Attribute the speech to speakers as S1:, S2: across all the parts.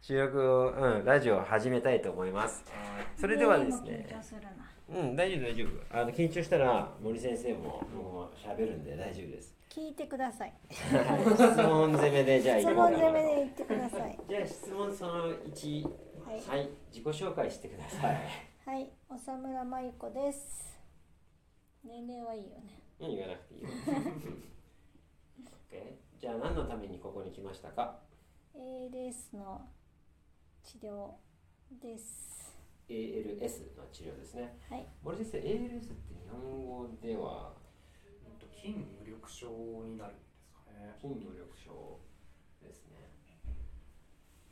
S1: 収録を、うん、ラジオを始めたいと思います。それではですね
S2: 緊張するな。
S1: うん、大丈夫、大丈夫。あの緊張したら、森先生も、僕も喋るんで、大丈夫です。
S2: 聞いてください。
S1: 質問攻めで、じゃあ、
S2: 質
S1: 行こうか
S2: 問
S1: な
S2: 攻めで言ってください。
S1: じゃあ、質問その一、
S2: はい
S1: はい、自己紹介してください。
S2: はい、おさむらまゆこです。年齢はいいよね。
S1: うん言わなくていいよ。OK じゃあ、何のためにここに来ましたか。
S2: A レースの治療です。
S1: ALS の治療ですね。
S2: はい。
S1: 森先生、ALS って日本語では
S3: うんと筋無力症になるんですかね。
S1: 筋無力症ですね。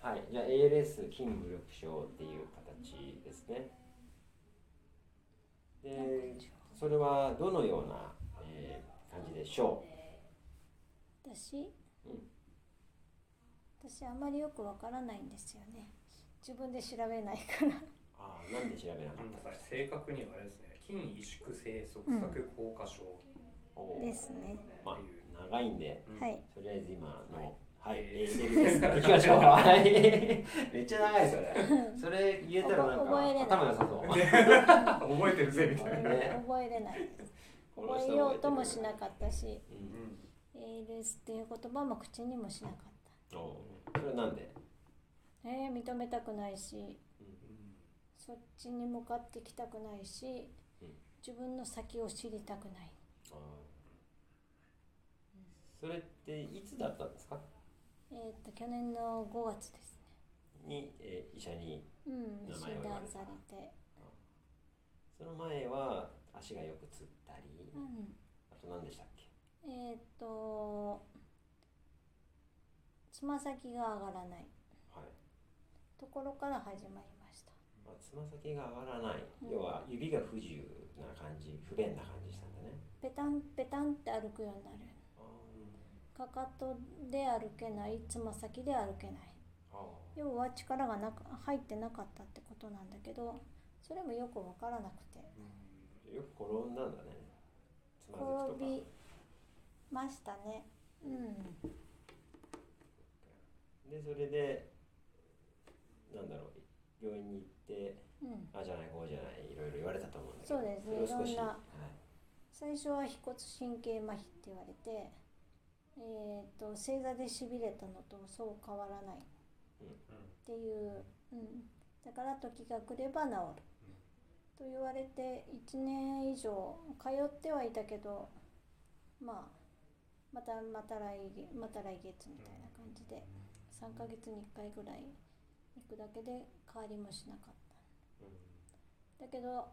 S1: はい、じゃあ ALS 筋無力症っていう形ですね。で、それはどのような、えー感じでしょ
S2: 私、
S1: うん
S2: 私あまりよくわからないんですよね。自分で調べないから。
S1: う。ああ、なんで調べなか
S3: なんだ
S1: っ
S3: か正確にはあれですね、筋萎縮性側索硬化症
S1: た。おー
S2: ですね。
S1: まあ長いんで、
S3: うん
S2: はい。
S1: とりあえず今の。は、
S3: はいい
S1: ALS 行きましょう。はい、 めっちゃ長いそれ。 それ言えたらなん
S2: 覚えれな
S1: か
S2: い
S1: 頭良さそう。
S3: 覚えてるぜみたい
S2: 覚
S3: な。
S2: え
S1: ね
S2: 覚えれない。
S1: この
S2: 覚
S1: 人
S2: えようともしな
S1: っ
S2: かったし、
S1: た。う
S3: うんん
S2: ALS っていう言葉も口にもしなかった。
S1: おーそれなんで、
S2: えー認めたくないし
S3: うん
S2: そっちに向かってきたくないし、
S1: うん
S2: 自分の先を知りたくない
S1: あーそれっていつだったんですか
S2: えーっと去年の5月です
S1: に、えー医者に
S2: ねうん
S1: 名前を
S2: 診
S1: 言わ
S2: 断
S1: れた
S2: されて
S1: その前は足がよくつったり、
S2: うん
S1: あと何でしたっけ
S2: えーっとつま先が上がらない
S1: はい、
S2: ところから始まりました
S1: まあ、つま先が上がらない、
S2: うん
S1: 要は指が不自由な感じ不便な感じしたんだね
S2: ペタンペタンって歩くようになる
S1: あ
S2: かかとで歩けないつま先で歩けない
S1: あ
S2: 要は力がなか入ってなかったってことなんだけどそれもよく分からなくて
S1: よく転んだんだねつまずくとか
S2: 転びましたね。うん。
S1: でそれでなんだろう病院に行って
S2: うん。
S1: ああじゃないこうじゃないいろいろ言われたと思うんだけど
S2: そうですね
S1: れを少し
S2: いろんな
S1: はい
S2: 最初は腓骨神経麻痺って言われて、えっ、と正座でしびれたのとそう変わらないっていう、うん。だから時が来れば治る。と言われて1年以上通ってはいたけどまあまたまた来月また来月みたいな感じで3ヶ月に1回ぐらい行くだけで変わりもしなかっただけど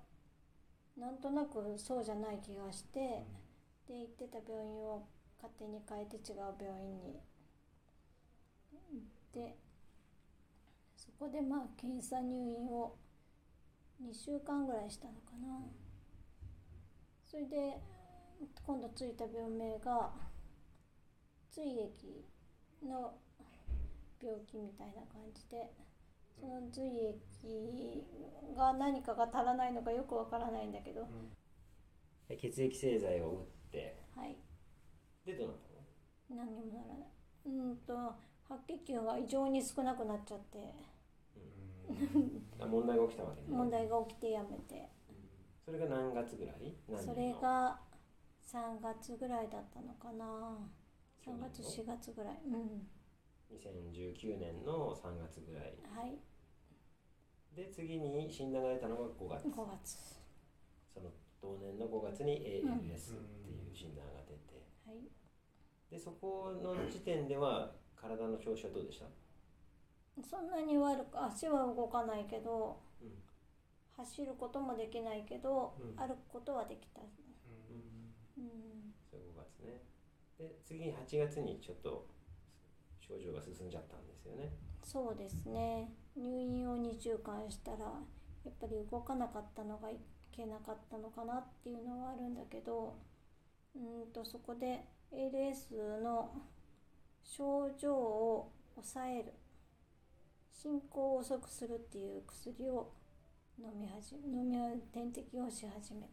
S2: なんとなくそうじゃない気がして、で行ってた病院を勝手に変えて違う病院に行ってそこでまあ検査入院を2週間ぐらいしたのかな、それで今度ついた病名が椎液の病気みたいな感じでその髄液が何かが足らないのかよくわからないんだけど、
S1: で血液製剤を打って
S2: はい
S1: でどうなっ
S2: 何にもならないうんと白血球が異常に少なくなっちゃって
S1: たの問題が起きたわけね
S2: 問題が起きてやめて
S1: それが何月ぐらい何年
S2: そ
S1: の
S2: れが3月ぐらいだったのかな3月
S1: 去
S2: 4月ぐらいうん
S1: 2019年の3月ぐらい
S2: はい
S1: で次に診断が出たのが5月
S2: 5月
S1: その同年の5月に ALS
S2: うん
S1: っていう診断が出て
S2: はい
S1: でそこの時点では体の調子はどうでした
S2: そんなに悪く足は動かないけど、
S1: うん
S2: 走ることもできないけど、
S1: うん
S2: 歩くことはできたうん
S1: それ5月ねで次に8月にちょっと症状が進んじゃったんですよね
S2: そうですね入院を2週間したらやっぱり動かなかったのがいけなかったのかなっていうのはあるんだけどうーんとそこで ALS の症状を抑える進行を遅くするっていう薬を飲み始め飲みは点滴をし始めて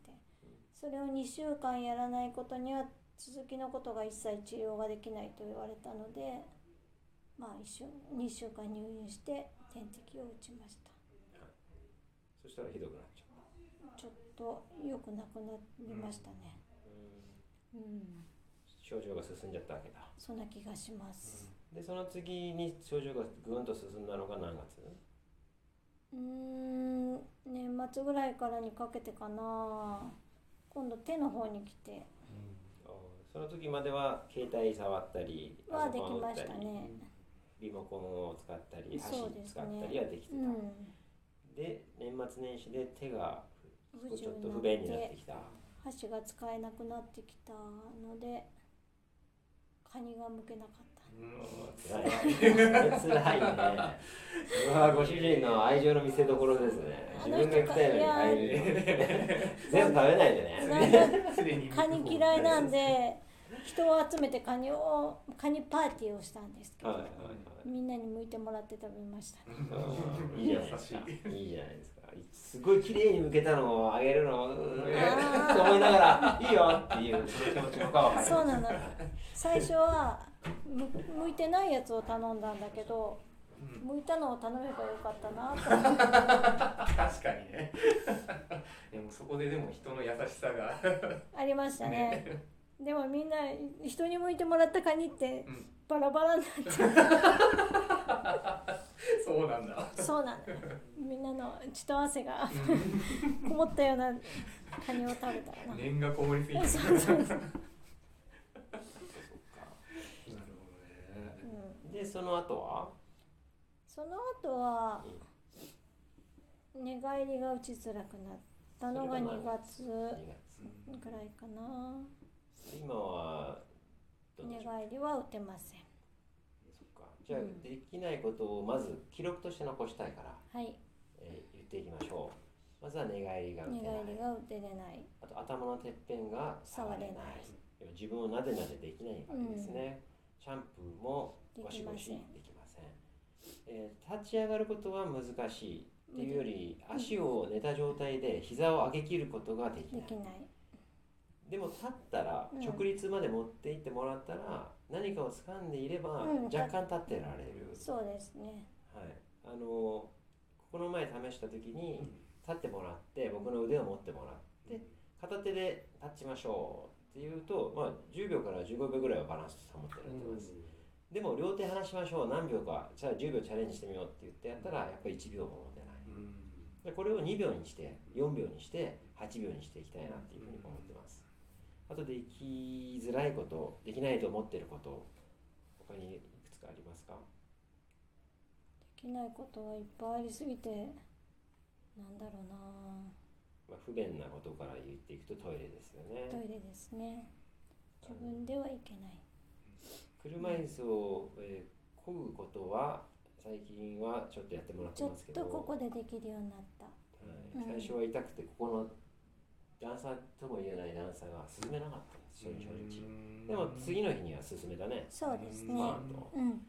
S2: それを2週間やらないことには続きのことが一切治療ができないと言われたのでまあ、一週2週間入院して点滴を打ちました
S1: そしたらひどくなっちゃった
S2: ちょっと良くなくなりましたねうん
S1: 症状が進んじゃったわけだ
S2: そんな気がします
S1: でその次に症状がぐんと進んだのが何月
S2: うーん年末ぐらいからにかけてかな今度手の方に来て
S1: あーその時までは携帯触ったり
S2: は
S1: パ
S2: で
S1: ソ
S2: き
S1: コン打
S2: ま
S1: った
S2: し
S1: り
S2: たね
S1: リモコンを使ったり箸
S2: そうです
S1: 使
S2: ね
S1: ったりはできて
S2: う
S1: た、
S2: ん
S1: で年末年始で手が
S2: 不自
S1: ちょ
S2: 由
S1: っと不便
S2: に
S1: に
S2: な
S1: な
S2: っ
S1: って
S2: て
S1: きた
S2: 箸が使えなくなってきたのでカニが剥けなかった
S1: つらいつ らいねうわご主人の愛情の見せ所ですね自分が行きたいのに入る全部食べないでね
S2: なん
S3: すでに
S2: かカニ嫌いなんで人を集めてカニをカニパーティーをしたんですけ
S1: はいは
S2: ど
S1: いはい
S2: みんなに剥いてもらって食べましたね
S1: うんいいじゃないですかいいじゃないですかすごい綺麗に向けたのをあげるのをうーんって思いながらいいよっていう気持ちの顔を
S2: そうなの最初はむ剥いてないやつを頼んだんだけど剥いたのを頼めばよかったなと 思って
S3: 確かにね でもそこででも人の優しさが
S2: ありましたねでもみんな人に剥いてもらったカニってバラバラになっちゃ
S3: そうなんだ
S2: うそうなのみんなの血と汗がこもったようなカニを食べたらな、
S3: 念がこもりすぎて
S2: そうそうそう、
S3: なるほどね
S2: うん
S1: でその後は
S2: その後は寝返りが打ちづらくなったのが2月
S1: 2月
S2: ぐらいかな
S1: 今はどうで
S2: 寝
S1: しょう
S2: 返りは打てません
S1: そっかじゃあ
S2: うん
S1: できないことをまず記録として残したいから、
S2: はい
S1: えー言っていきましょうまずは寝返りが打て
S2: 寝
S1: ない
S2: 返りが打てれない
S1: あと頭のてっぺんが触れない
S2: 触れない
S1: 要は自分をなでなでできないわけですね、シャンプーも
S2: で
S1: ゴ
S2: き
S1: シ
S2: ま
S1: ゴ
S2: せ
S1: シ
S2: ん
S1: できませんえー立ち上がることは難しいっていうより足を寝た状態で膝を上げきることができ
S2: で
S1: ない
S2: きない
S1: でも立ったら
S2: うん
S1: 直立まで持っていってもらったら何かを掴んでいれば
S2: うん
S1: 若干立ってられる、
S2: そうですね
S1: はい、あのここの前試した時に立ってもらって僕の腕を持ってもらって片手でタッチましょうっていうと、まあ、10秒から15秒ぐらいはバランス保ってると思います、でも両手離しましょう何秒かじゃあ10秒チャレンジしてみようって言ってやったらやっぱり1秒も持てないでこれを2秒にして4秒にして8秒にしていきたいなっていうふうに思ってますあとできづらいことできないと思ってること他にいくつかありますか
S2: できないことはいっぱいありすぎてなんだろうな
S1: まあ、不便なことから言っていくとトイレですよ
S2: ト
S1: ね。
S2: イレですね自分ではいけない
S1: 車椅子を、えー、漕ぐことは最近はちょっとやってもらって
S2: ちょっ
S1: ますけど、
S2: とここでできるようになった
S1: はい、最初は痛くてここの段差とも言えない段差が進めなかったんです、初日。でも次の日には進めたね。
S2: そうですね
S1: パーンと。
S2: うん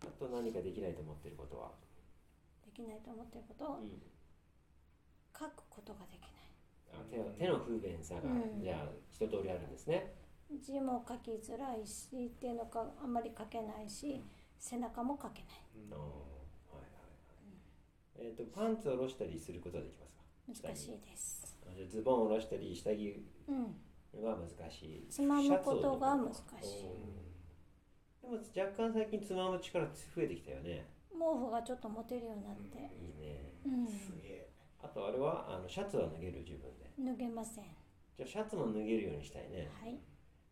S1: あと何かできないと思ってることは、
S2: できないと思ってることを書くことができない
S1: あ手を手の不便さが、
S2: うん
S1: じゃあ一通りあるんですね。
S2: 字も書きづらいしっていうのかあんまり書けないし背中も書けない
S1: あーはいはいはいえっ、とパンツを下ろしたりすることはできますか
S2: 難しいです
S1: あじゃあズボンを下ろしたり下着
S2: うん
S1: は難しい
S2: つまむことが難し
S1: シャツを脱ぐのかでも
S2: い
S1: 若干最近つまむ力増えてきたよね
S2: 毛布がちょっと持てるようになって
S1: いいね
S2: うん
S1: あとあれはあのシャツは脱げる自分で
S2: 脱げませんは
S1: じゃあシャツも脱げるようにしたいね
S2: い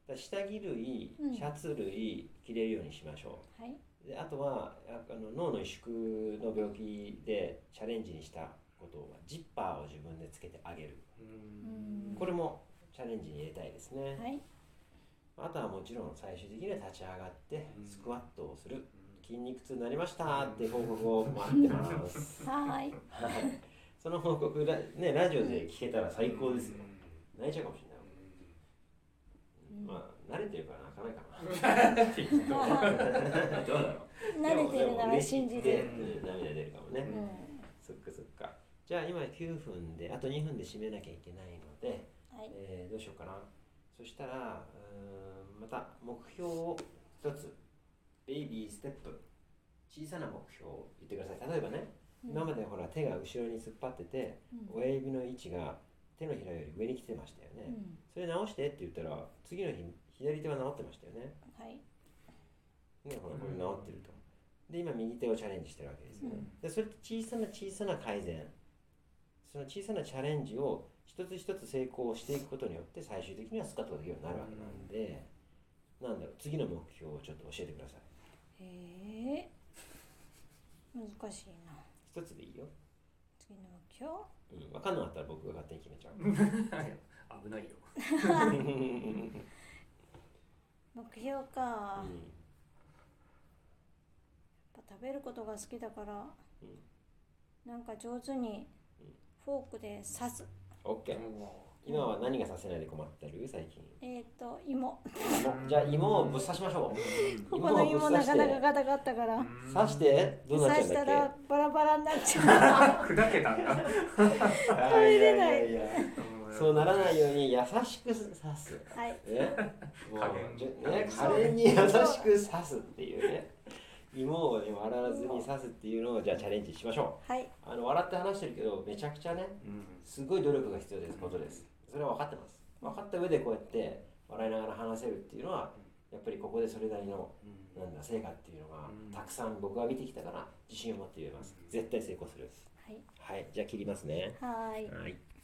S1: だから下着類
S2: うん
S1: シャツ類着れるようにしましょ
S2: はいう
S1: であとはああの脳の萎縮の病気でチャレンジにしたことはジッパーを自分でつけてあげる
S2: うん
S1: これもチャレンジに入れたいですね、
S2: はい、
S1: あとはもちろん最終的には立ち上がって
S3: うん
S1: スクワットをする、筋肉痛になりましたって報告を待ってます
S2: はーい
S1: はい、その報告ラ,、ね、ラジオで聞けたら最高ですよ泣いちゃうかもしれない、
S2: うん
S1: まあ慣れてるから泣かないかなどうだろう
S2: 慣れてるなら信じ
S1: で
S2: る
S1: もでも嬉しくてうん涙出るかもね、
S2: う
S3: うん
S2: ん
S1: そっかそっかじゃあ今9分であと2分で締めなきゃいけないので、
S2: はい
S1: えーどうしようかなそしたらうーんまた目標を一つベイビーステップ小さな目標を言ってください例えばね、
S2: うん
S1: 今までほら手が後ろに突っ張ってて
S2: うん
S1: 親指の位置が手のひらより上に来てましたよね、
S2: うん
S1: それ直してって言ったら次の日左手は治ってましたよね
S2: はい
S1: ねほらこれ治ってるとで今右手をチャレンジしてるわけですよね、でそれって小さな小さな改善その小さなチャレンジを一つ一つ成功していくことによって最終的にはスカッとできるようになるわけなんで、なんだろう次の目標をちょっと教えてください
S2: えー、難しいな
S1: 一つでいいよ、
S2: 次の目標
S1: うん、分かんなかったら僕が勝手に決め ちゃう
S3: 危ないよ。
S1: うん
S2: 目標か、やっぱ食べることが好きだから、
S1: うん
S2: なんか上手に
S1: うん
S2: フォークで刺す
S1: OK 今は何がさせないで困ってる最近
S2: えっ、と芋
S1: じゃあ芋をぶっ刺しましょう
S2: ここの芋なかなか
S1: か
S2: ガタがったから
S1: 刺してどうなっちゃ
S2: 刺
S1: うん
S2: し
S1: だったけ
S2: らバラバラになっちゃう
S3: 砕けたんだ。
S1: あーいやいやいやそううならないように優しく刺す
S2: はい
S1: ね、もう
S3: 加減
S1: じゅ
S3: 加
S1: ね
S3: 減、
S1: カレーに優しく刺すっていうね芋をね笑わずに刺すっていうのをじゃあチャレンジしましょ
S2: はいう
S1: あの笑って話してるけどめちゃくちゃね
S3: ん。
S1: すごい努力が必要ですことですそれは分かってます分かった上でこうやって笑いながら話せるっていうのはやっぱりここでそれなりのなんだ成果っていうのが
S3: うん
S1: たくさん僕は見てきたから自信を持って言えます
S3: うん
S1: 絶対成功する
S2: はい
S1: はいじゃあ切りますね
S2: はーい
S1: はい